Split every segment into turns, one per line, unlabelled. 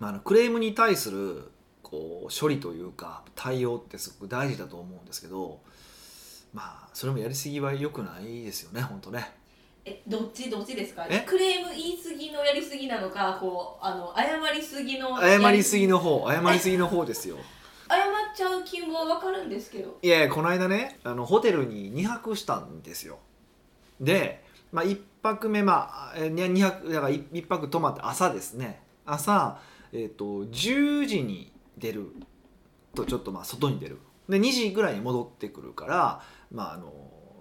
まあ、あのクレームに対するこう処理というか対応ってすごく大事だと思うんですけどまあそれもやりすぎは良くないですよね本当ね
えどっちどっちですか
え
クレーム言い過ぎのやりすぎなのかこうあの謝りすぎの
謝りすぎの方謝りすぎの方ですよ
謝っちゃう気もわかるんですけど
いやいやこの間ねあのホテルに2泊したんですよで、まあ、1泊目まあえに2泊だから 1, 泊泊まって朝ですね朝、えっと10時に出るとちょっとまあ外に出るで2時ぐらいに戻ってくるから、まあ、あの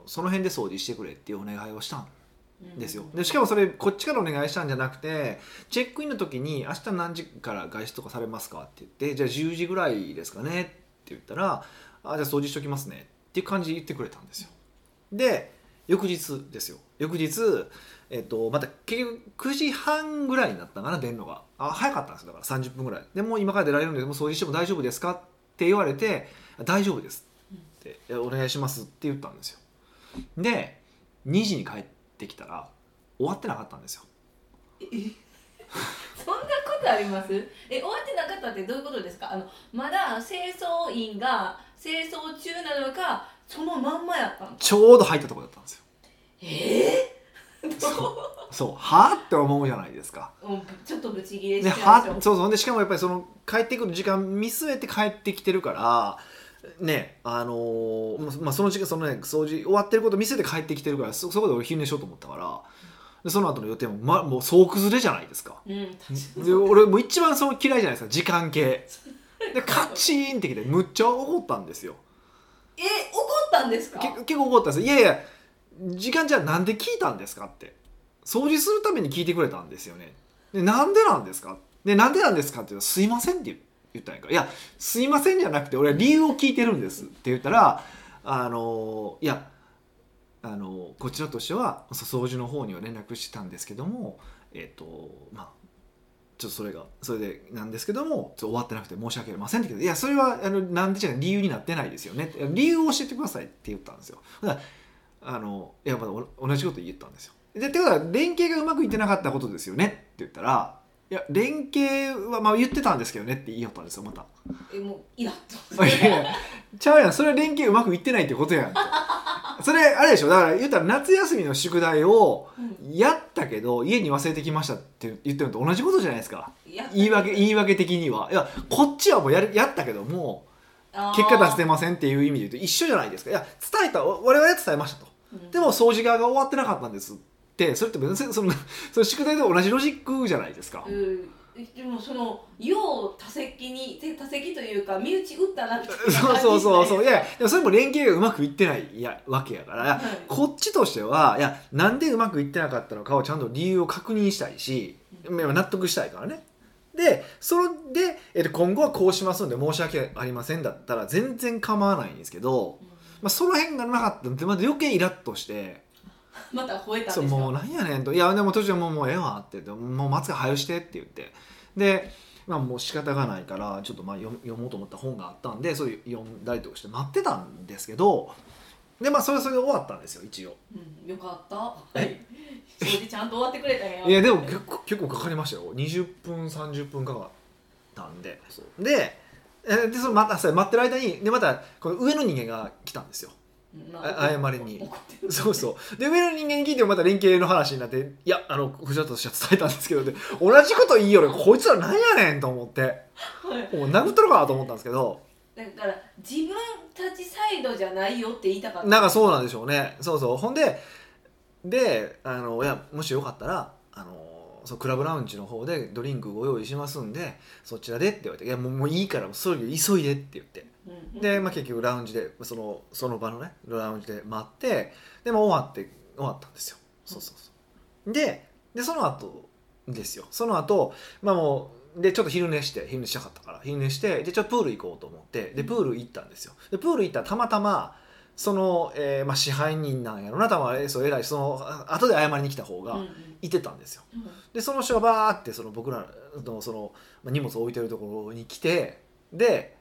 その辺で掃除してくれっていうお願いをしたん
うん
ですよでしかもそれこっちからお願いしたんじゃなくてチェックインの時に「明日何時から外出とかされますか?」って言って「じゃあ10時ぐらいですかね」って言ったら「あじゃあ掃除しときますね」っていう感じで言ってくれたんですよで翌日ですよ翌日、えっと、また結局9時半ぐらいになったかな出んのがあ早かったんですよだから30分ぐらいでもう今から出られるのでもう掃除しても大丈夫ですかって言われて「大丈夫です」っていや「お願いします」って言ったんですよで2時に帰ってきたら終わってなかったんですよ
えそんなことありますえ終わってなかったってどういうことですかあのまだ清掃員が清掃中なのかそのまんまやったの
ちょうど入ったとこだったんですよ
ええど
そそうはあって思うじゃないですか
ううんちょっとブチギレし
で
ちゃ
はそう
うでしょ
そうでしかもやっぱりその帰ってくる時間見据えて帰ってきてるからねあのーまあ、その時間そのね掃除終わってること見据えて帰ってきてるからそそこで俺昼寝しようと思ったからでその後の予定も、ま、もう総崩れじゃないですか
うん確かに
で俺もう一番その嫌いじゃないですか時間系でカチーンってきてむっちゃ怒ったんですよ
え怒ったんですか
け結構怒ったんですよいやいや時間じゃあなんで聞いたんですかって掃除するために聞いてくれたんですよねでなんでなんですかでなんでなんですかって言うとすいませんって言う言ったんやんかいやすいませんじゃなくて俺は理由を聞いてるんですって言ったらあのいやあのこちらとしてはそ掃除の方には連絡してたんですけどもえっ、とまあちょっとそれがそれでなんですけどもちょっと終わってなくて申し訳ありませんって言うけどいやそれはあのなんでじゃない理由になってないですよねって理由を教えてくださいって言ったんですよだからあのいやまだお同じこと言ったんですよでってことは連携がうまくいってなかったことですよねって言ったらいや連携はまあ言ってたんですけどねって言いよったんですよまた
えもうイラッと
いやいやちゃうやんそれは連携うまくいってないってことやんってそれあれでしょだから言ったら夏休みの宿題を
うん
やったけど家に忘れてきましたって言ってるのと同じことじゃないですか
いや
言い訳言い訳的にはいやこっちはもうやるやったけども
あー
結果出せてませんっていう意味で言うと一緒じゃないですかいや伝えた我々は伝えましたと
うん
でも掃除側が終わってなかったんですってそれって別にそ のその宿題と同じロジックじゃないですか、
うんでもそのよう多席にて多席というか身内打ったなみたいな感じ
そうそうそうそうい
じゃな
や
い
いやでもそれも連携がうまくいってないやわけやから
ですかはい
こっちとしてはいやなんでうまくいってなかったのかをちゃんと理由を確認したいし
うん
まあ納得したいからねでそれでえっと今後はこうしますので申し訳ありませんだったら全然構わないんですけど、まあ、その辺がなかったのでまだ余計イラッとして
また吠え
「
たん
そう
ですか
もうなんやねん」と「いやでも途中でもうもうええわ」って言って「もう松が早うして」って言ってで、まあ、もう仕方がないからちょっとまあ読読もうと思った本があったんでそれ読んだりとかして待ってたんですけどでまあそれはそれで終わったんですよ一応。
うん、よかった。はい。掃除ちゃんと終わってくれたんや。
いやでも結構結構かかりましたよ20分30分かかったんででえーでそのまたそれ待ってる間にでまたこの上の人間が来たんですよ
ま
あ謝りに
怒ってる
そうそうで上の人間に聞いてもまた連携の話になっていやあのこちらとしては伝えたんですけどで同じこと言いよるこいつらなんやねんと思って
はい
もう殴っとるかなと思ったんですけど
だから自分たちサイドじゃないよって言いたかった。
なんかそうなんでしょうねそうそうほんでであのいやもしよかったらあのそうクラブラウンジの方でドリンクご用意しますんでそちらでって言われて「いやもうもういいからそれより急いで」って言って
うん
で、まあ、結局ラウンジでそのその場のねラウンジで待ってでも終わって終わったんですよそうそうそうででその後ですよその後まあもうでちょっと昼寝して昼寝したかったから昼寝してでちょっとプール行こうと思ってでプール行ったんですよでプール行ったらたまたまその、えーまあ、支配人なんやろなたまえそう偉いそのあ後で謝りに来た方
うんう
が
ん
いてたんですよ
うん
でその人がバーってその僕らのそのまあ荷物を置いてるところに来てで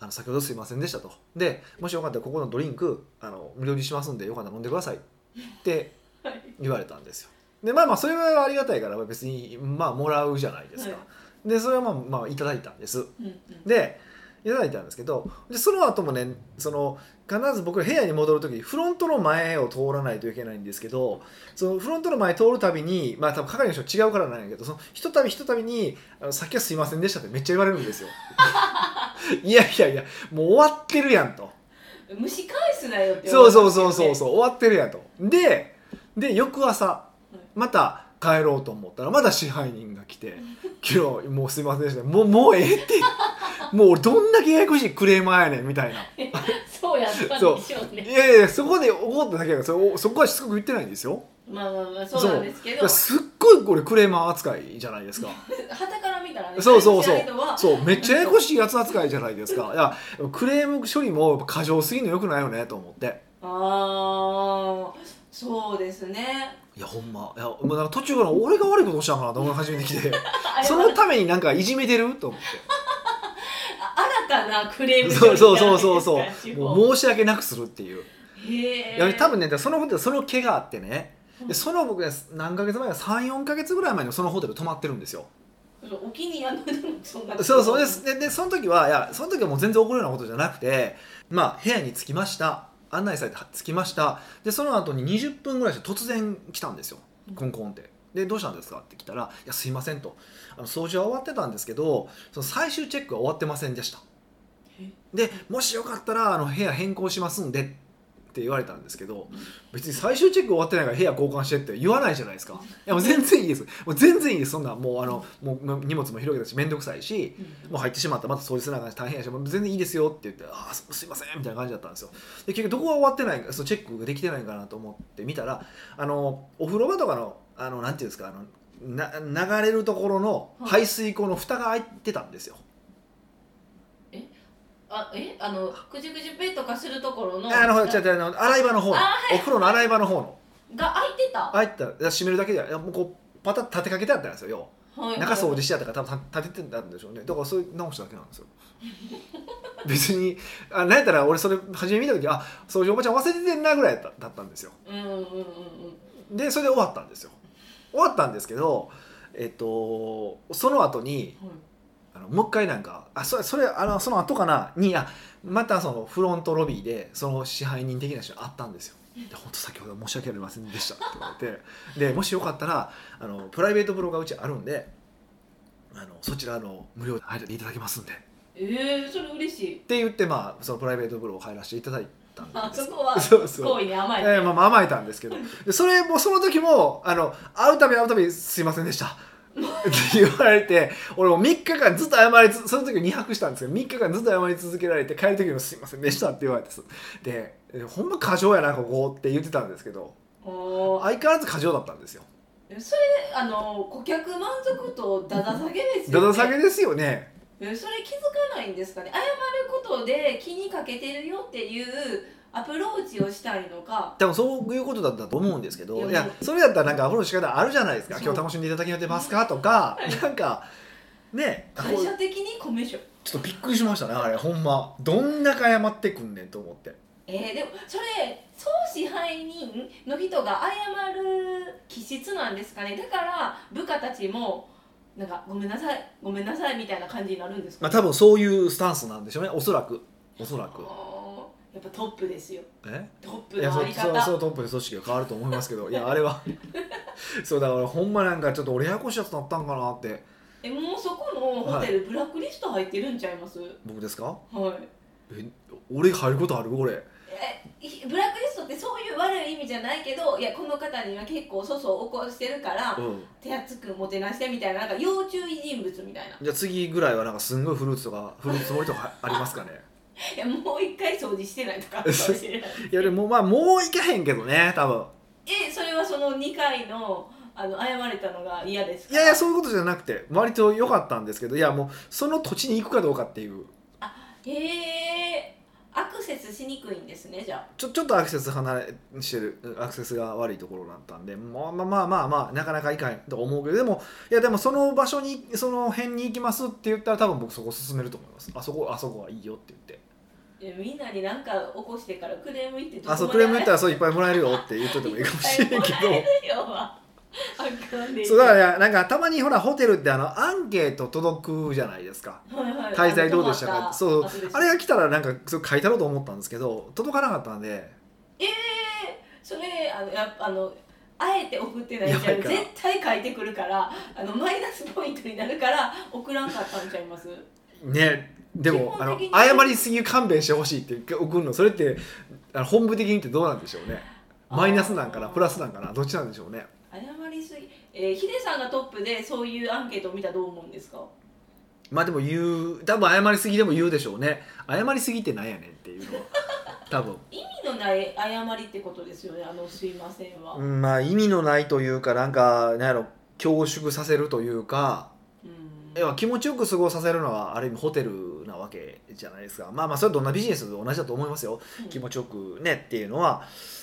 あの先ほどすいませんでしたとでもしよかったらここのドリンクあの無料にしますんでよかったら飲んでくださいって
はい
言われたんですよでまあまあそれはありがたいから別にまあもらうじゃないですか、
は
でそれはまあ、まあ、いただいたんです
うんうん
でいただいたんですけどでその後もねその必ず僕部屋に戻る時にフロントの前を通らないといけないんですけどそのフロントの前通るたびにまあ多分係の人違うからなんやけどそのひとたびひとたびにあの「さっきはすいませんでした」ってめっちゃ言われるんですよ。いやいやいやもう終わってるやんと。
蒸し返すなよって
そうそうそうそう
う
そう終わってるやんと。でで翌朝また帰ろうと思ったらまだ支配人が来て「今日もうすいませんでしたもうもうええって もう俺どんだけややこしいクレーマーやねん」みたいな「
そうやったんでしょう
い
ね
やいやそこで怒っただけやからそそこはしつこく言ってないんですよ
まあまあまあそうなんですけ
だ
ど
からすっごいこれクレーマー扱いじゃないですか
旗から見たらね
そうそうそう
会社の人は
そうめっちゃややこしいやつ扱いじゃないですかいやクレーム処理もやっぱ過剰すぎるのよくないよねと思って
ああそうです ね
いやほんまいやもうなんか途中から俺が悪いことしたんかなと思い始めてきて
あ
そのためになんかいじめてると思って
新たなクレーム
そうそうそうそうそ
処理じゃないです
う
か
もう申し訳なくするっていう、
へえ
いや多分ねだからそのことでその毛があってね
うん
でその僕ね何ヶ月前か34ヶ月ぐらい前にそのホテル泊まってるんですよ
お気に病の人もそんな
そうそうですででその時はいやその時はもう全然怒るようなことじゃなくてまあ部屋に着きました案内されて着きましたでその後に20分ぐらいして突然来たんですよコンコンって。でどうしたんですかって来たら「いやすいませんと」あの掃除は終わってたんですけどその最終チェックは終わってませんでした
え
でもしよかったらあの部屋変更しますんでって言われたんですけど別に最終チェック終わってないから部屋交換してって言わないじゃないですかいやもう全然いいですもう全然いいですそんなもうあのもう荷物も広げたし面倒くさいし
うん
もう入ってしまったまた掃除するのが大変やしもう全然いいですよって言って「ああすすいません」みたいな感じだったんですよで結局どこが終わってないかそのチェックができてないかなと思って見たらあのお風呂場とかのあのなんていうんですかあのな流れるところの
はい
排水口の蓋が開いてたんですよ、
あえあのくじくじペッとかするところの
あのちょっとあの洗い場の方の
あ
お風呂の洗い場の方の
が開いてた
開いてたら閉めるだけじゃいやもうこうパタッと立てかけてあったんですよ要
はい
中掃除してやったから多分立ててたんでしょうねだからそれ直しただけなんですよ 別にあなんやったら俺それ初め見た時あ掃除おばちゃん忘れててんなぐらいだっただったんですよ
うんうんうんうん
でそれで終わったんですよ終わったんですけどえっとその後に
はい
あのもう一回なんかあそれそれあのその後かなにあまたそのフロントロビーでその支配人的な人に会ったんですよで本当先ほど申し訳ありませんでしたって言われてでもしよかったらあのプライベート風呂がうちあるんであのそちらあの無料で入れていただけますんでっ
ええそれ嬉しい
て言ってまあそのプライベート風呂を入らせていただいたん
あ
です
そこは
そうそう
好意に甘えて
えーまあ、まあ甘えたんですけどでそれもその時もあの会うたび会うたび「すいませんでした」って言われて俺も3日間ずっと謝りつその時2泊したんですけど3日間ずっと謝り続けられて帰る時も「すいませんでした」って言われてでえ「ほんま過剰やなここ」って言ってたんですけど
おー
相変わらず過剰だったんですよ
それあの顧客満足とだだ下げです
だ
よ、ね、
だ下げですよね
えそれ気づかないんですかね謝ることで気にかけてるよっていうアプローチをしたいのか
多分そういうことだったと思うんですけど
いや
いやそれだったらなんかアプローチ仕方あるじゃないですか
そう
今日楽しんでいただけてますかとかなんかねあ
会社的にコミッション
ちょっとびっくりしましたねあれほんまどんだけ謝ってくんねんと思って
えー、でもそれ総支配人の人が謝る気質なんですかねだから部下たちもなんかごめんなさいごめんなさいみたいな感じになるんですか、
まあ多分そういうスタンスなんでしょうねおそらくおそらく
あーやっぱトップですよ
え
トップ
いや
の
そ
あ
う
り
そ
方
うそうトップで組織が変わると思いますけどいやあれは そうだからほんまなんかちょっと俺ややこしいやつだったんかなって
えもうそこのホテル、ブラックリスト入ってるんちゃいますはい
僕ですかえ俺入ることある俺
えブラックリストってそういう悪い意味じゃないけどいやこの方には結構粗相を起こしてるから
うん
手厚くもてなしてみたいななんか要注意人物みたいな
じゃあ次ぐらいはなんかすんごいフルーツとかフルーツ盛りとかありますかね
いやもう一回掃除してないとかあるかもしれない
いやでもまあもういけへんけどね多分
えそれはその2回のあの謝れたのが嫌ですか
いやいやそういうことじゃなくて割と良かったんですけどいやもうその土地に行くかどうかっていう
へえアクセスしにくいんですねじゃあ
ちょちょっとアクセス離れしてるアクセスが悪いところだったんでまあまあまあまあ、まあ、なかなかいかんと思うけどでもいやでもその場所にその辺に行きますって言ったら多分僕そこ進めると思いますあそこあそこはいいよって言って
えみんなになんか起こしてからクレーム言って
あそうクレーム言った
ら
らそういっぱいもらえるよって言っといてもいいかもしれんけど
よは あかんでいい
そうだからなんかたまにほらホテルってあのアンケート届くじゃないですか
はいはい
滞在どうでしたかってそう
後でした
あれが来たらなんかそう書いたろうと思ったんですけど届かなかったんで
ええそれあのやっぱあのあえて送ってないじゃん
やばいから
絶対書いてくるからあのマイナスポイントになるから送らんかったんちゃいます
ねでも
基
あ
本
の
的に
謝りすぎ勘弁してほしいって送るのそれってあの本部的にってどうなんでしょうねマイナスなんかな
あー
プラスなんかなどっちなんでしょうね
謝りすぎえーヒデさんがトップでそういうアンケートを見たらどう思うんですか
まあでも言う多分謝りすぎでも言うでしょうね謝りすぎってなんやねんっていうのは 多分
意味のない謝りってことですよねあの「すいませんは」
うんまあ意味のないというかなんかなんやろ恐縮させるというか
うん
要は気持ちよく過ごさせるのはある意味ホテルなわけじゃないですかまあまあそれはどんなビジネスでも同じだと思いますよ
うん
気持ちよくねっていうのは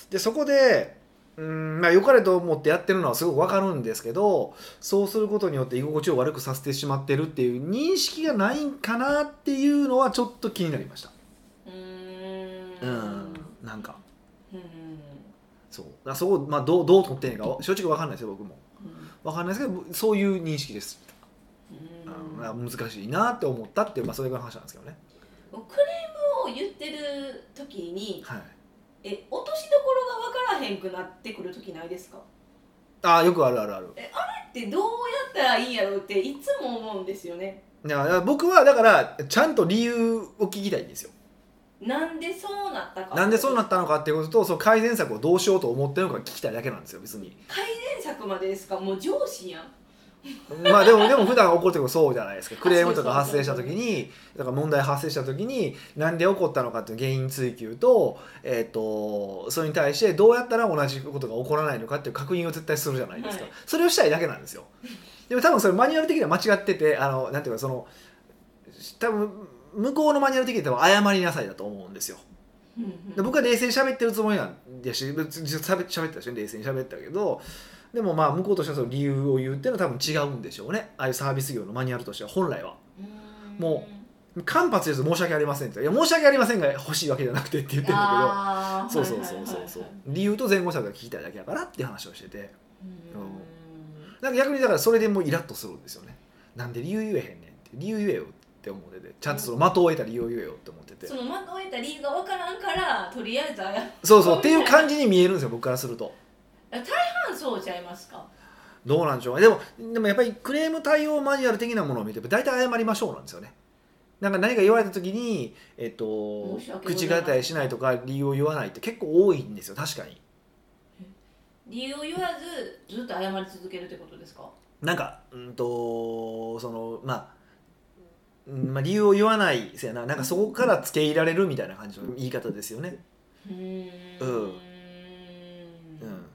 でそこでうんまあ良かれと思ってやってるのはすごくわかるんですけどそうすることによって居心地を悪くさせてしまってるっていう認識がないんかなっていうのはちょっと気になりました
うーん
うんなんか
うん
そうだからそこ、まあ、どうどう取ってんのかわ正直わかんないですよ僕も
うん
わかんないですけどそういう認識です、
うん
うんまあ難しいなって思ったっていう、まあ、それぐらいの話なんですけどね
クレームを言ってる時に
はい
え落としどころが分からへんくなってくる時ないですか
ああよくあるあるある
ってどうやったらいいんやろうっていつも思うんですよね
いやだから僕はだからちゃんと理由を聞きたいんですよ
なんでそうなったか
なんでそうなったのかっていうこととその改善策をどうしようと思ってるのか聞きたいだけなんですよ別 に
改善策までですかもう上司やん
まあでもでも普段怒る時もそうじゃないですかクレームとか
あ
発
そう
生
そう
し
そ
た
う
時にだから問題発生した時になんで起こったのかっていう原因追及と,、えー、とそれに対してどうやったら同じことが起こらないのかっていう確認を絶対するじゃないですか、
はい
それをしたいだけなんですよでも多分それマニュアル的には間違っててあのなんていうかその多分向こうのマニュアル的には多分謝りなさいだと思うんですよで僕は冷静に喋ってるつもりなんでし別に喋喋ったし冷静に喋ったけどでもまあ向こうとしてはその理由を言うっていうのは多分違うんでしょうねああいうサービス業のマニュアルとしては本来はも間髪です申し訳ありませんっていや申し訳ありませんが欲しいわけじゃなくてって言ってるんだ
あ
けど
ー
そうそうそうそうそう
はいはいはい
理由と前後者が聞きたいだけだからっていう話をしてて
はい
なんか逆にだからそれでもうイラッとするんですよねなんで理由言えへんねんって理由言えよって思っててちゃんとその的を得た理由を言えよって思って
う
て
んそのまとえた理由が分からんからとりあえず謝る
そうそうっていう感じに見えるんですよ僕からすると
そうちゃいますか
どうなんでしょうねでもでもやっぱりクレーム対応マニュアル的なものを見て大体謝りましょうなんですよねなんか何か言われた時に、えっと
申し、訳ござ
口
いません
がたりしないとか理由を言わないって結構多いんですよ確かに
理由を言わずずっと謝り続けるってことですか
なんかうんとそのまあ、うんまあ、理由を言わないせやななんかそこから付け入れられるみたいな感じの言い方ですよね
うーん
うんうん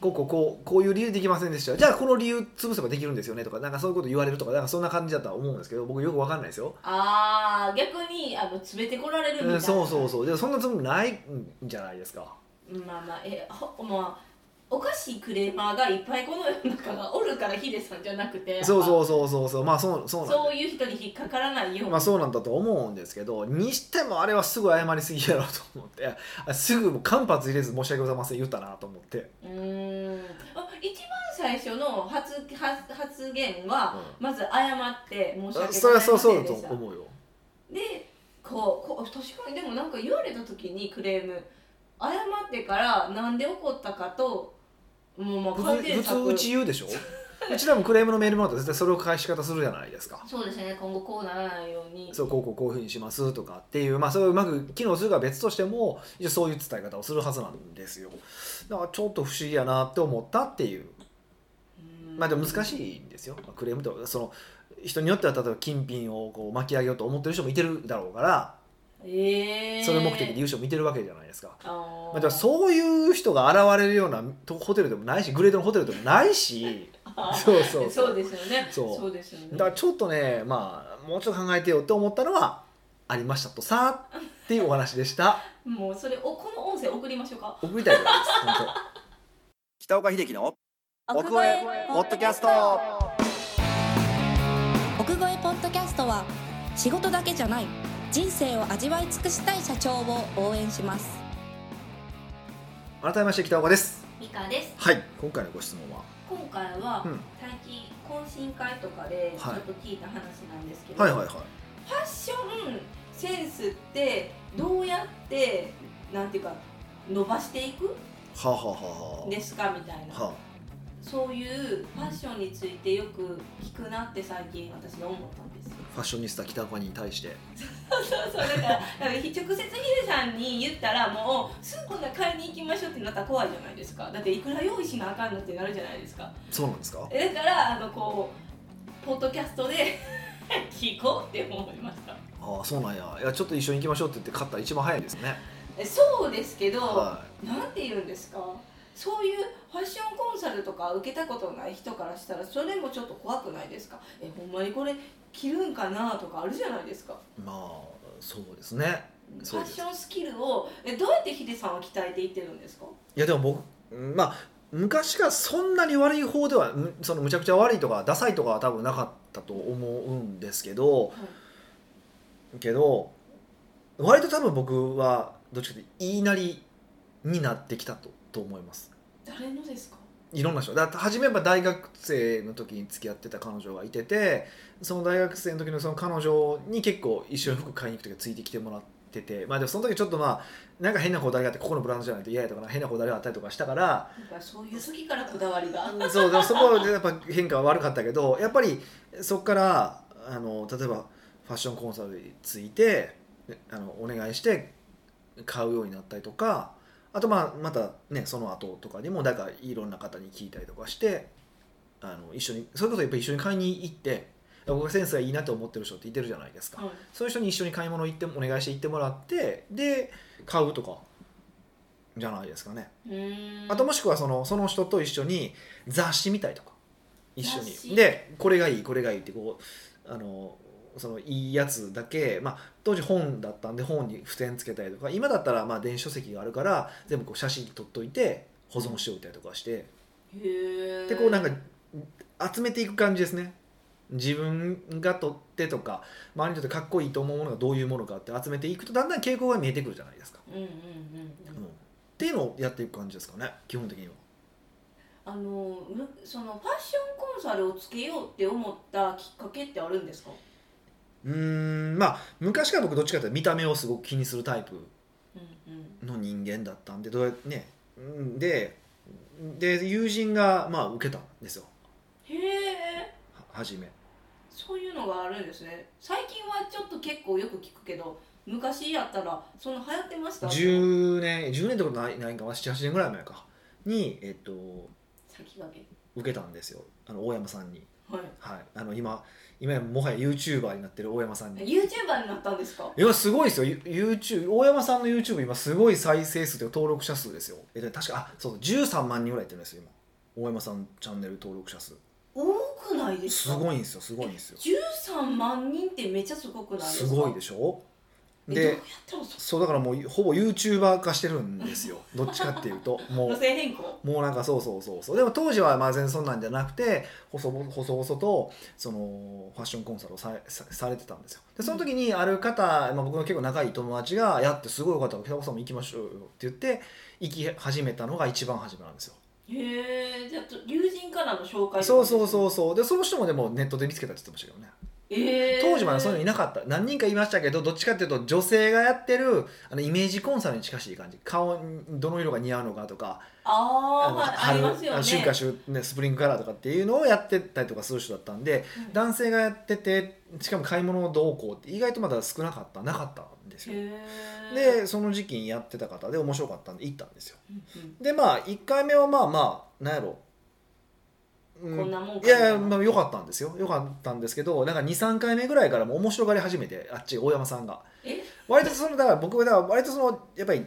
こうこうこうこういう理由できませんでしたじゃあこの理由潰せばできるんですよねとかなんかそういうこと言われるとかなんかそんな感じだとは思うんですけど僕よくわかんないですよ
ああ逆にあの詰めてこられるみたいな、
うんそうそうそうでもそんなつもりないんじゃないですか
まあまあえほまあおかしいクレーマーがいっぱいこの世の中がおるからヒデさんじゃなくて
そう
う
そうそうそうそうまあそうそうなん
そういう人に引っかからないよう
だ
に、
まあそうなんだと思うんですけどにしてもあれはすぐ謝りすぎやろうと思ってあすぐもう間髪入れず申し訳ございません言ったなと思って
うーんあ一番最初の発発発言は、まず謝って申し訳ございませんでした
それはそうそうだと思うよ
でこうこう確かにでもなんか言われた時にクレーム謝ってからなんで怒ったかともうまあ
普
改
通
善
普
策
通うち言うでしょうちらもクレームのメールもらったら絶対それを返し方するじゃないですか
そうですね今後こうならないように
そうこうこうこういうふうにしますとかっていうまあそれがうまく機能するかは別としても一応そういう伝え方をするはずなんですよだからちょっと不思議やなって思ったっていう
うん
まあでも難しいんですよまあクレームとかその人によっては例えば金品をこう巻き上げようと思ってる人もいてるだろうから
ええ
それ目的で言う人もいてるわけじゃないですか、
あ
ま
ー
あ、だからそういう人が現れるようなとホテルでもないしグレードのホテルでもない し
あー
そうそう
そうですよね
そう
ですよね
だからちょっとねまあもうちょっと考えてよって思ったのはありましたとさっていうお話で した
もうそれおこの音声送りましょうか
送りたいと思います本当北岡秀樹の奥越えポッドキャスト
奥越えポッドキャストは仕事だけじゃない人生を味わい尽くしたい社長を応援します
改めまして北岡です
ミカです
はい今回のご質問は
今回は
うん
最近懇親会とかでちょ
はい
っと聞いた話なんですけど、
はいはいはい
ファッションセンスってどうやってなんていうか伸ばしていく
はあはあはあはあ
んですかみたいな
は
そういうファッションについてよく聞くなって最近私が思ったんですよ
あファッショニスタ北岡に対して
そう そうだからだから直接ヒデさんに言ったらもうすぐこんな買いに行きましょうってなったら怖いじゃないですかだっていくら用意しなあかんのってなるじゃないですか
そうなんですか
えだからあのこうポッドキャストで 聞こうって思いました
ああそうなんやいやちょっと一緒に行きましょうって言って買ったら一番早いですね
えそうですけど、
は
なんて言うんですかそういうファッションコンサルとか受けたことない人からしたらそれもちょっと怖くないですかえほんまにこれ着るんかなとかあるじゃないですか
いまあそうですね
フ
そう
ァッ
です
ションスキルをえどうやってヒデさんは鍛えていってるんですか
いやでも僕うんまあ昔からそんなに悪い方ではむそのむちゃくちゃ悪いとかダサいとかは多分なかったと思うんですけど、けど割と多分僕はどっちかというと言いなりになってきたとと思います
誰のですか
いろんな人だって初めは大学生の時に付き合ってた彼女がいててその大学生の時のその彼女に結構一緒に服買いに行く時はついてきてもらっててまあでもその時ちょっとまあなんか変なこだわりがあってここのブランドじゃないと嫌やとか変なこだわりがあったりとかしたから
なんかそういう時からこだわりが
うん そうでもそこでやっぱ変化は悪かったけどやっぱりそこからあの例えばファッションコンサルについてねあのお願いして買うようになったりとかあとまあまたねその後とかにもだからいろんな方に聞いたりとかしてあの一緒にそれこそやっぱ一緒に買いに行って僕がセンスがいいなと思ってる人っていてるじゃないですか、
はい
そういう人に一緒に買い物行ってお願いして行ってもらってで買うとかじゃないですかね。
うーん
あともしくはそのその人と一緒に雑誌見たりとか一緒
雑
に
誌
でこれがいいこれがいいってこうあのそのいいやつだけ、まあ、当時本だったんで本に付箋つけたりとか今だったらまあ電子書籍があるから全部こう写真撮っといて保存しておいたりとかして
へえ
でこうなんか集めていく感じですね自分が撮ってとか周りにとってかっこいいと思うものがどういうものかって集めていくとだんだん傾向が見えてくるじゃないですか、
うんうんうん
う、
うんん
っていうのをやっていく感じですかね基本的には。
あのむそのファッションコンサルをつけようって思ったきっかけってあるんですか、
うーんまあ昔から僕どっちかというと見た目をすごく気にするタイプ
うんうん、
の人間だったんでどうやねうんでで友人がまあ受けたんですよ
へえ
は初め
そういうのがあるんですね最近はちょっと結構よく聞くけど昔やったらその流行ってました
10年10年ってことないないんか78年ぐらい前かにえっと
先駆け
受けたんですよあの大山さんに、
はい
はい、あの今今やもはや YouTuber になってる大山さんに
YouTuber になったんですか
いやすごいですよユ YouTube 大山さんの YouTube 今すごい再生数というか登録者数ですよえっと確かあそう13万人ぐらいいってるんですよ今大山さんチャンネル登録者数
多くないです
す
か
ごい
い
んですよすごいんですよ
13万人ってめっちゃすごくないですすか
ごいでしょ
えどうや
で
ったらそ
そうだからもうほぼ YouTuber 化してるんです よどっちかっていうとも
路
う
線変更
もうなんかそうそうそうそうでも当時はまあ全然そんなんじゃなくて細々細々とそのファッションコンサルをささされてたんですよでその時にある方、まあ、僕の結構仲いい友達が「やってすごいよかったから北岡さんも行きましょうよ」って言って行き始めたのが一番初めなんですよ
へえじゃあちょ友人からの紹介
そうそう
う
そうそうでその人もでもネットで見つけたって言ってましたけどね
え
当時まだそういうの
に
いなかった何人かいましたけどどっちかっていうと女性がやってるあのイメージコンサルに近しい感じ顔にどの色が似合うのかとかあ
あー
の
まあありますよ
あの
ね
春夏秋、ね、スプリングカラーとかっていうのをやってたりとかする人だったんで
うん
男性がやっててしかも買い物の動向って意外とまだ少なかったなかったんですよ
へえ
でその時期にやってた方で面白かったんで行ったんですよ
うん
でまあ1回目はまあまあなんやろう
こんなもん
い
かな
やいや、まあ、良かったんですよ良かったんですけどなんか23回目ぐらいからもう面白がり始めてあっち大山さんが
え
割とそのだから僕はだから割とそのやっぱり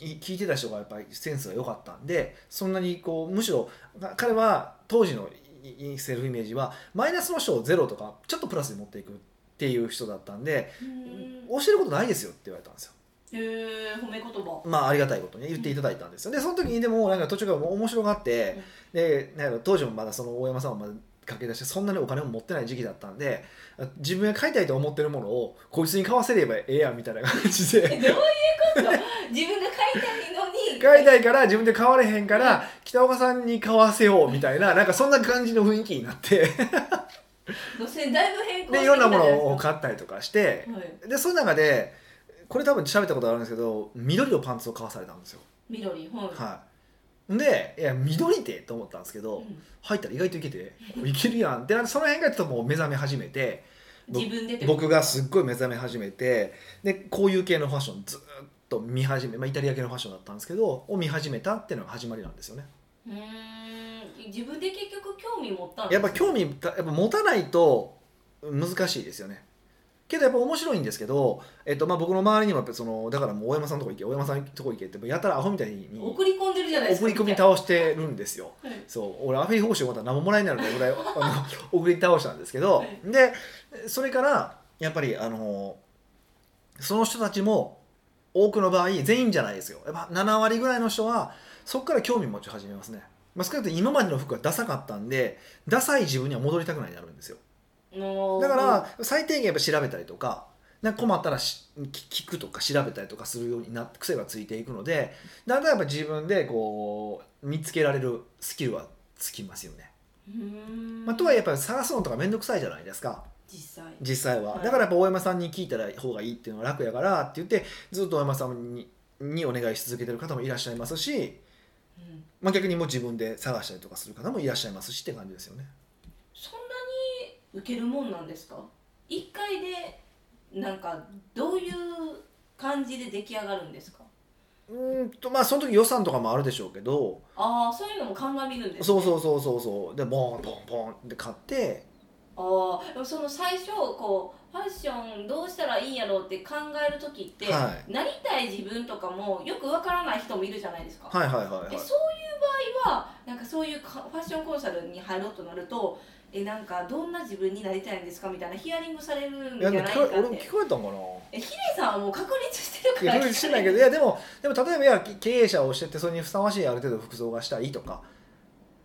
い聞いてた人がやっぱりセンスが良かったんでそんなにこうむしろな彼は当時のいいセルフイメージはマイナスの人をゼロとかちょっとプラスに持っていくっていう人だったんで
う
教
ん
えることないですよって言われたんですよ
へえ褒め言葉
まあありがたいことに言っていただいたんですよでその時にでもなんか途中からもう面白がって
うん
でなんやろ当時もまだその大山さんはまだ駆け出してそんなにお金を持ってない時期だったんで自分が買いたいと思ってるものをこいつに買わせればええやんみたいな感じ
え
で
どういうこと自分が買いたいのに
買いたいから自分で買われへんから北岡さんに買わせようみたいななんかそんな感じの雰囲気になって
路線だいぶ変更
でいろんなものを
買
買ったりとかして
はい、
でその中でこれ多分喋ったことあるんですけど緑のパンツを買わされたんですよ。
緑本、
はい、でいや緑ってと思ったんですけど
うん
入ったら意外といけていけるやんってなってその辺がちょっともう目覚め始めてぼ
自分でってこと
僕がすっごい目覚め始めてでこういう系のファッションずっと見始め、まあ、イタリア系のファッションだったんですけどを見始めたっていうのが始まりなんですよね。
うーん自分で結局興味持ったんです
やっぱ興味たやっぱ持たないと難しいですよねけどやっぱ面白いんですけど、えっと、まあ僕の周りにもやっぱそのだからもう大山さんのとこ行け大山さんのとこ行けってやたらアホみたいに
送り込んでるじゃないですか
送り込み倒してるんですよ
はい
そう俺アフィ報酬また何ももらえないので ぐらいあの送り倒したんですけど
はい
でそれからやっぱりあのその人たちも多くの場合全員じゃないですよやっぱ7割ぐらいの人はそこから興味持ち始めますね、まあ、少なくとも今までの服はダサかったんでダサい自分には戻りたくないになるんですよ
の
だから最低限やっぱ調べたりとかなんか困ったらし聞聞くとか調べたりとかするようになって癖がついていくのでだんだんやっぱ自分でこう見つけられるスキルはつきますよね。
うーん
まあ、とはいえやっぱり探すのとか面倒くさいじゃないですか
実際
実際は。
はい
だからやっぱ大山さんに聞いたら方がいいっていうのは楽やからって言ってずっと大山さんににお願いし続けてる方もいらっしゃいますし、
うん
まあ、逆にもう自分で探したりとかする方もいらっしゃいますしって感じですよね。
そんなに受けるもんなんですか一回でなんかどういう感じで出来上がるんですか
うーんとまあその時予算とかもあるでしょうけど
ああそういうのも鑑みるんです
そう
ね
そうそうそうそうでボンボンボンって買って
ああでもその最初こうファッションどうしたらいいんやろうって考える時って、
は
なりたい自分とかもよくわからない人もいるじゃないですか、
はいはいはい
え
は
そういう場合はなんかそういうかファッションコンサルに入ろうとなるとえなんかどんな自分になりたいんですかみたいなヒアリングされるん
い
じゃ
や
な
で
いか
も
っ
聞こ
て
え俺も聞こえたんかな
えヒデさんはもう確立してる
い
から
や それしてないけどいやでもでも例えばいや経営者をしててそれにふさわしいある程度服装がしたいとか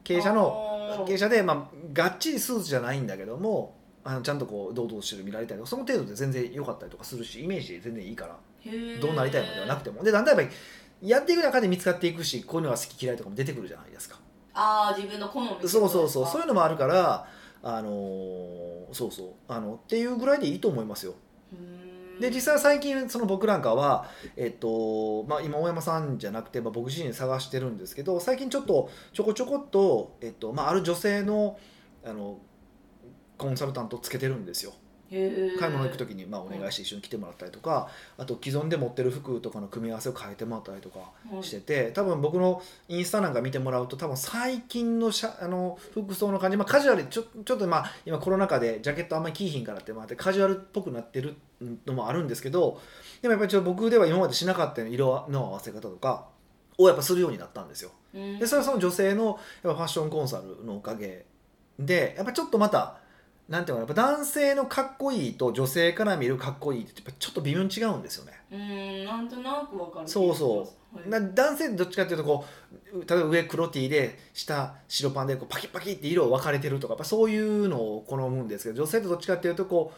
経営者の
あー
経営者でまあがっちりスーツじゃないんだけどもあのちゃんとこう堂々としてる見られたりとかその程度で全然良かったりとかするしイメージで全然いいから
へー
どうなりたいのではなくてもでだんだんやっぱりやっていく中で見つかっていくしこういうのが好き嫌いとかも出てくるじゃないですか。
ああ自分の好みってことです
そ
か
うそうそうそういうのもあるからあのーそうそうあのっていうぐらいでいいと思いますよ
うーん
で実際最近その僕なんかはえっとまあ今大山さんじゃなくて、まあ、僕自身探してるんですけど最近ちょっとちょこちょこっと、えっとまあ、ある女性のあのコンサルタントつけてるんですよ
へー
買い物行く時に、まあ、お願いして一緒に来てもらったりとかあと既存で持ってる服とかの組み合わせを変えてもらったりとか
はい
してて多分僕のインスタなんか見てもらうと多分最近のシャあの服装の感じ、まあ、カジュアルちょちょっとまあ今コロナ禍でジャケットあんまり着いひんからってまあってカジュアルっぽくなってるのもあるんですけどでもやっぱりちょっと僕では今までしなかったような色の合わせ方とかをやっぱするようになったんですよ。
うーん
でそれはその女性のやっぱファッションコンサルのおかげでやっぱちょっとまたなんていうのかなやっぱ男性のかっこいいと女性から見るかっこいいってやっぱちょっと微妙に違うんですよね。
うーんなんとなくわかる
そうそうな男性ってどっちかっていうとこう例えば上黒 T で下白パンでこうパキパキって色を分かれてるとかやっぱそういうのを好むんですけど女性ってどっちかっていうとこ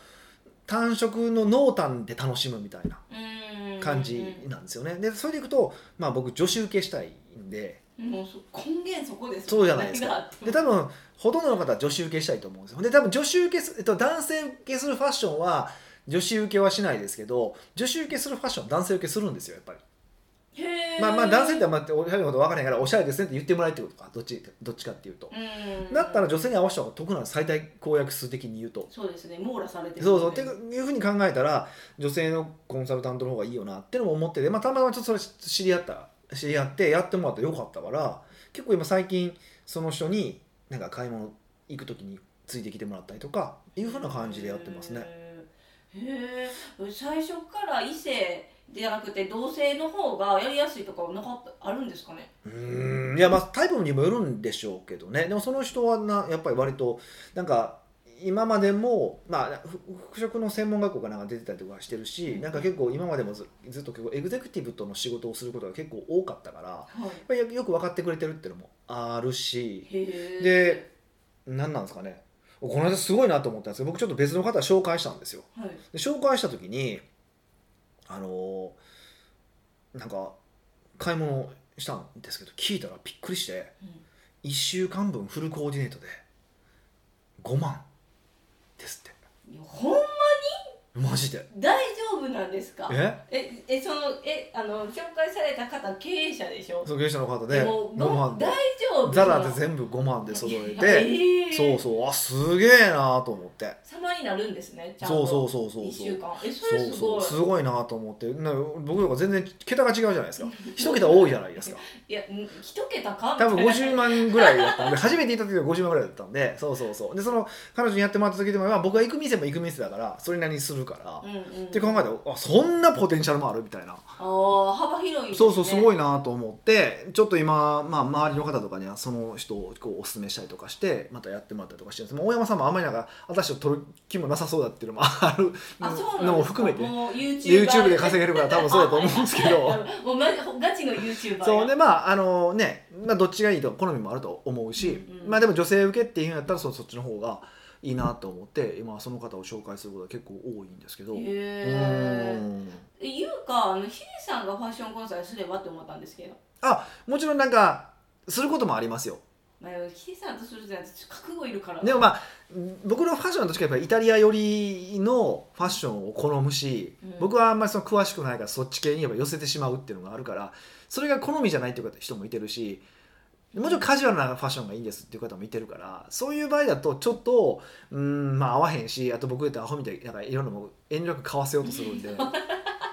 う単色の濃淡で楽しむみたいな
うーん
感じなんですよね。でそれでいくと、まあ、僕女子受けしたいんで
うんもうそ根源そこです
そうじゃないですか
何があっても
で多分ほとんどの方は女子受けしたいと思うんですよ。で多分女子受けす、えっと、男性受けするファッションは女子受けはしないですけど女子受けするファッションは男性受けするんですよやっぱり。
へー
まあまあ男性ってあんまりおしゃれのこと分からないからおしゃれですねって言ってもらえってことかどっちどっちかっていうと
う、ーん
だったら女性に合わせた方が得なんです最大公約数的に言うと
そうですね網羅されてる
そうそうって
で
いうふうに考えたら女性のコンサルタントの方がいいよなってのも思ってて、まあ、たまたまちょっとそれ知り合った知り合ってやってもらってよかったから結構今最近その人になんか買い物行く時についてきてもらったりとかいうふうな感じでやってますね。
へーへー最初から異性じゃなくて同性の方がやりやすいとかはなかったあるんですかね
うーんいやまあタイプにもよるんでしょうけどねでもその人はなやっぱり割となんか今までも、まあ、ふ服飾の専門学校かなんか出てたりとかしてるし、
うん
なんか結構今までもずずっと結構エグゼクティブとの仕事をすることが結構多かったからやっ
はい
ぱりよよく分かってくれてるっていうのもあるし
へー
で何なんですかねこの間すごいなと思ったんですけど僕ちょっと別の方紹介したんですよ
はい
で紹介した時にあのーなんか買い物したんですけど聞いたらびっくりして
うん
1週間分フルコーディネートで5万ですって
いやほんま
マジで
大丈夫なんですか
え
ええそのえあの紹介された方経営者でしょ
創業者の方で
もう
5万で
大丈夫
ザラで全部5万で揃えて
え
そう
う
そうあすげえなと思って
様になるんですねちゃんと
そうそうそうそう
一
そ
週
う
間えそ
そ
れ
う
す
そ
ごいう
すごいなと思ってな僕とか全然桁が違うじゃないですか一桁多いじゃないですか
いやん一桁か
多分
みたい
50万ぐらいだったんで初めて行った時は50万ぐらいだったんでそうそうそうでその彼女にやってもらった時でも、まあ、僕が行く店も行く店だからそれなりにするから、
なうんうん
って考えたらあそんなポテンシャルもあるみたいな
あー幅広いですね
そうそうすご
い
いなと思ってちょっと今、まあ、周りの方とかにはその人をこうお勧めしたりとかしてまたやってもらったりとかしてるんです、まあ、大山さんもあんまりなんか私を取る気もなさそうだっていうのもある
あそうなんですか
のも含めて
もう YouTuber
YouTube で稼げるから多分そうだと思うんですけ ど。
もうまガチの YouTuber や
そうでまああのね、まあ、どっちがいいとか好みもあると思うし、
うんうん
まあでも女性受けっていうんやったらそそっちの方がいいなと思って今その方を紹介することが結構多いんですけど、
へー
うん
えいうかあのヒデさんがファッションコンサルすればって思ったんですけど、
もちろんなんかすることもありますよ
まあ、ヒデさんとするじゃなくて覚悟いるから
でもまあ僕のファッションの時はやっぱりイタリア寄りのファッションを好むし、
うん
僕はあんまりその詳しくないからそっち系にやっぱ寄せてしまうっていうのがあるからそれが好みじゃないっていう人もいてるしもちろんカジュアルなファッションがいいんですっていう方もいてるからそういう場合だとちょっとうーんまあ合わへんしあと僕言ったらアホみたいになんかいろんなもん遠慮なく買わせようとするん で。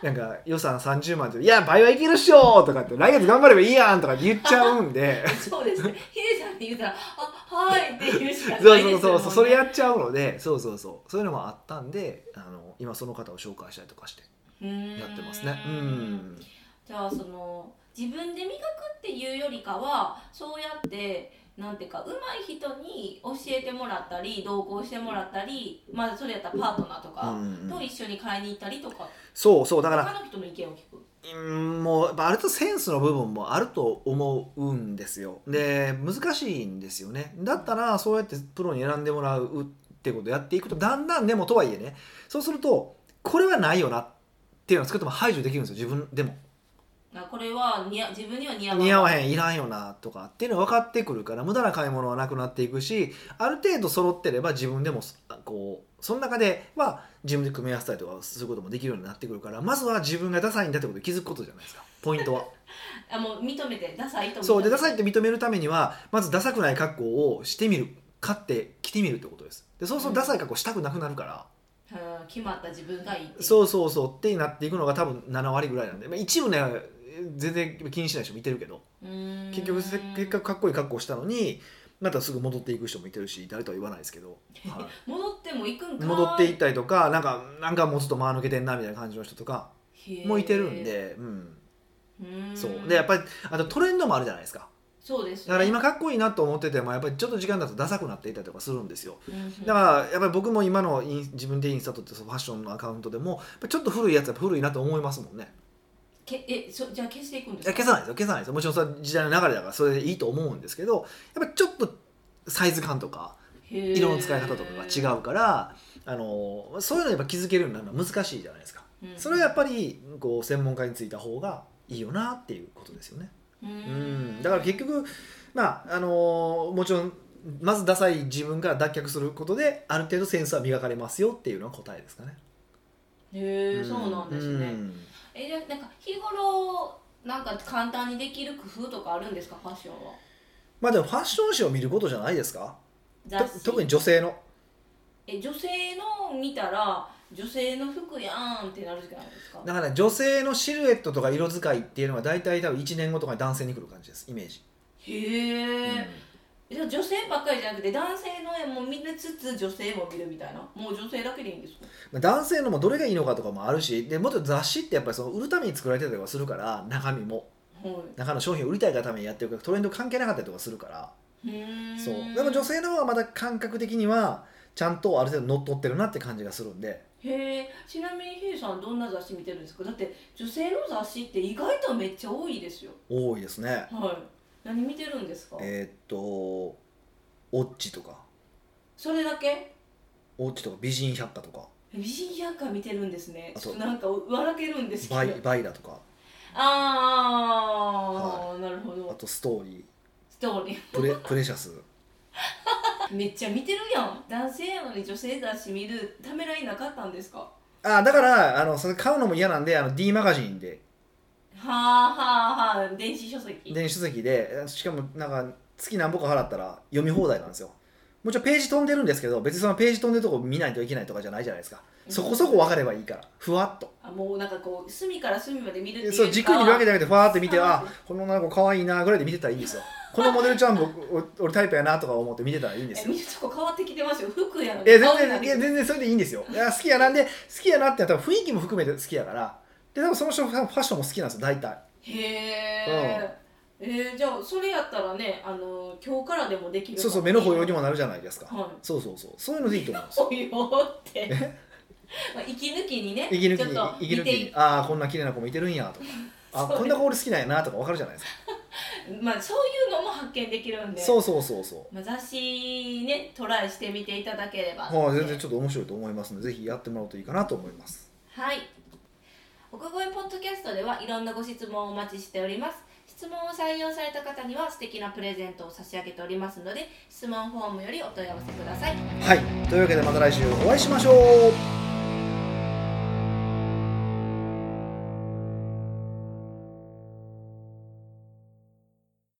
なんか予算30万で「いや倍はいけるっしょ!」とかって「来月頑張ればいいやん!」とかって言っちゃうんで
そうです ねヒデさんって言うたら「あはい」って言うしか
そ
な
う
い
そ
で
う
すよ
そうそうそれ
も
やっちゃうのでそうそうそうそういうのもあったんであの今その方を紹介したりとかして
ね
やってますね
う
う
ー
ん
んじゃあその自分で磨くっていうよりかはそうやってなんていうか上手い人に教えてもらったり同行してもらったりまあそれやったらパートナーと
う
か
ん
と一緒に買いに行ったりとか
そうそうだから
他の人の意見を聞く
うんもうやっぱある程度センスの部分もあると思うんですよで難しいんですよねだったらそうやってプロに選んでもらうってことをやっていくとだんだんでもとはいえねそうするとこれはないよなっていうのを作っても排除できるんですよ自分でも
あこれは似合自分には似合わない
似合わへんいらんよなとかっていうのは分かってくるから無駄な買い物はなくなっていくしある程度揃ってれば自分でもそこうその中では自分で組み合わせたりとかすることもできるようになってくるからまずは自分がダサいんだってことに気づくことじゃないですかポイント は。
あもう認めてダサいと思
そうでダサい
っ
って認めるためにはまずダサくない格好をしてみる買って着てみるってことです。でそうするとダサい格好したくなくなるから、
て決まった自分がいいって
そうそうそうってなっていくのが多分7割ぐらいなんで、まあ、一部ね全然気にしない人もいてるけど。
うーん
結局せ結果かっこいい格好したのにまたすぐ戻っていく人もいてるし誰とは言わないですけ ど、は
戻っても行くん
い
か
戻っていったりとかなんかなんかもうちょっと間抜けてんなみたいな感じの人とか
い
もいてるんで、うん、そうでやっ
ぱ
ぱりあとトレンドもあるじゃないですか
そうですね
だから今かっこいいなと思っててもやっぱりちょっと時間だとダサくなっていたりとかするんですよ
うん
だからやっぱり僕も今のイン自分でインスタとってそのファッションのアカウントでもやっぱちょっと古いやつは古いなと思いますもんね
けえそじゃあ消していくんで
い
す
や
か
消さないですよ消さないですよもちろんそれは時代の流れだからそれでいいと思うんですけどやっぱちょっとサイズ感とか色
色
の使い方とかが違うからあのそういうのやっぱ気づけるようになるのは難しいじゃないですか
うん、
それはやっぱりこう専門家についた方がいいよなっていうことですよね、
う
うん、だから結局まああのもちろんまずダサい自分から脱却することである程度センスは磨かれますよっていうのは答えですかね。
へえそうなんですね、
うん
えじゃあなんか日頃なんか簡単にできる工夫とかあるんですかファッションは
まあでもファッション誌を見ることじゃないですかと
雑誌
特に女性の
え女性の見たら女性の服やんってなるじゃないですか
だからね女性のシルエットとか色使いっていうのが大体多分1年後とかに男性に来る感じですイメージ、
へ
う
え、
ん
じゃあ女性ばっかりじゃなくて男性の絵も見れつつ女性も見るみたいなもう女性だけでいいんですか
男性のもどれがいいのかとかもあるしでもっと雑誌ってやっぱりその売るために作られてたりとかするから中身も
はい
中の商品を売りたいがためにやってるからトレンド関係なかったりとかするから
うーん
そうでも女性の方がまだ感覚的にはちゃんとある程度乗っ取ってるなって感じがするんで
へえちなみにヒデさんどんな雑誌見てるんですかだって女性の雑誌って意外とめっちゃ多いですよ
多いですね
はい何見てるんですか
えーっと「オッチ」とか
それだけ
おうちとか美人百科とか
美人百科見てるんですね
あ
ちょ
と
っとなんか笑けるんですけど
バイバイだとか
ああ、なるほ
あ
ど
とストーリー
ストー リ
プレプレシャス
ーめっちゃ見てるやん男性やのに女性雑誌見るためらいなかったんですかは
あだからあのそれ買うのも嫌なんであの D マガジンで
あはあはあ電子書籍
電子書籍でしかもなんか月何本か払ったら読み放題なんですよもちろんページ飛んでるんですけど別にそのページ飛んでるとこ見ないといけないとかじゃないじゃないですかそこそこ分かればいいからふわっと
あもうなんかこう隅から隅まで見るっていうか
そう軸に分けてあげてふわーって見て
あ
あこの女の子可愛いなぐらいで見てたらいいんです よこのモデルちゃん僕お俺タイプやなとか思って見てたらいいんです
え
よ
見るとこ変わってきてますよ服やのに
え全
顔にな
然い
ってきて
や全然それでいいんですよいや好きやなんで好きやなって多分雰囲気も含めて好きやからで多分その人ファッションも好きなんですよ大体
へえ、えー、じゃあそれやったらねあの今日からでもできる
そうそう目の保養に
も
もなるじゃないですか、
はい
そうそうそうそういうのでいいと思うんですよ
保養って まあ息抜きにね
息抜き
ちょっと
に息抜
見
き
て
にああこんな綺麗な子もいてるんやとかあ
そう
こん な子俺好きなんやなとかわかるじゃないですか
まあそういうのも発見できるんで
そうそうそうそう
まあ、雑誌ねトライしてみていただければ
はい全然ちょっと面白いと思いますのでぜひやってもらうといいかなと思います
はい奥越ポッドキャストではいろんなご質問をお待ちしております質問を採用された方には素敵なプレゼントを差し上げておりますので質問フォームよりお問い合わせください
はいというわけでまた来週お会いしましょう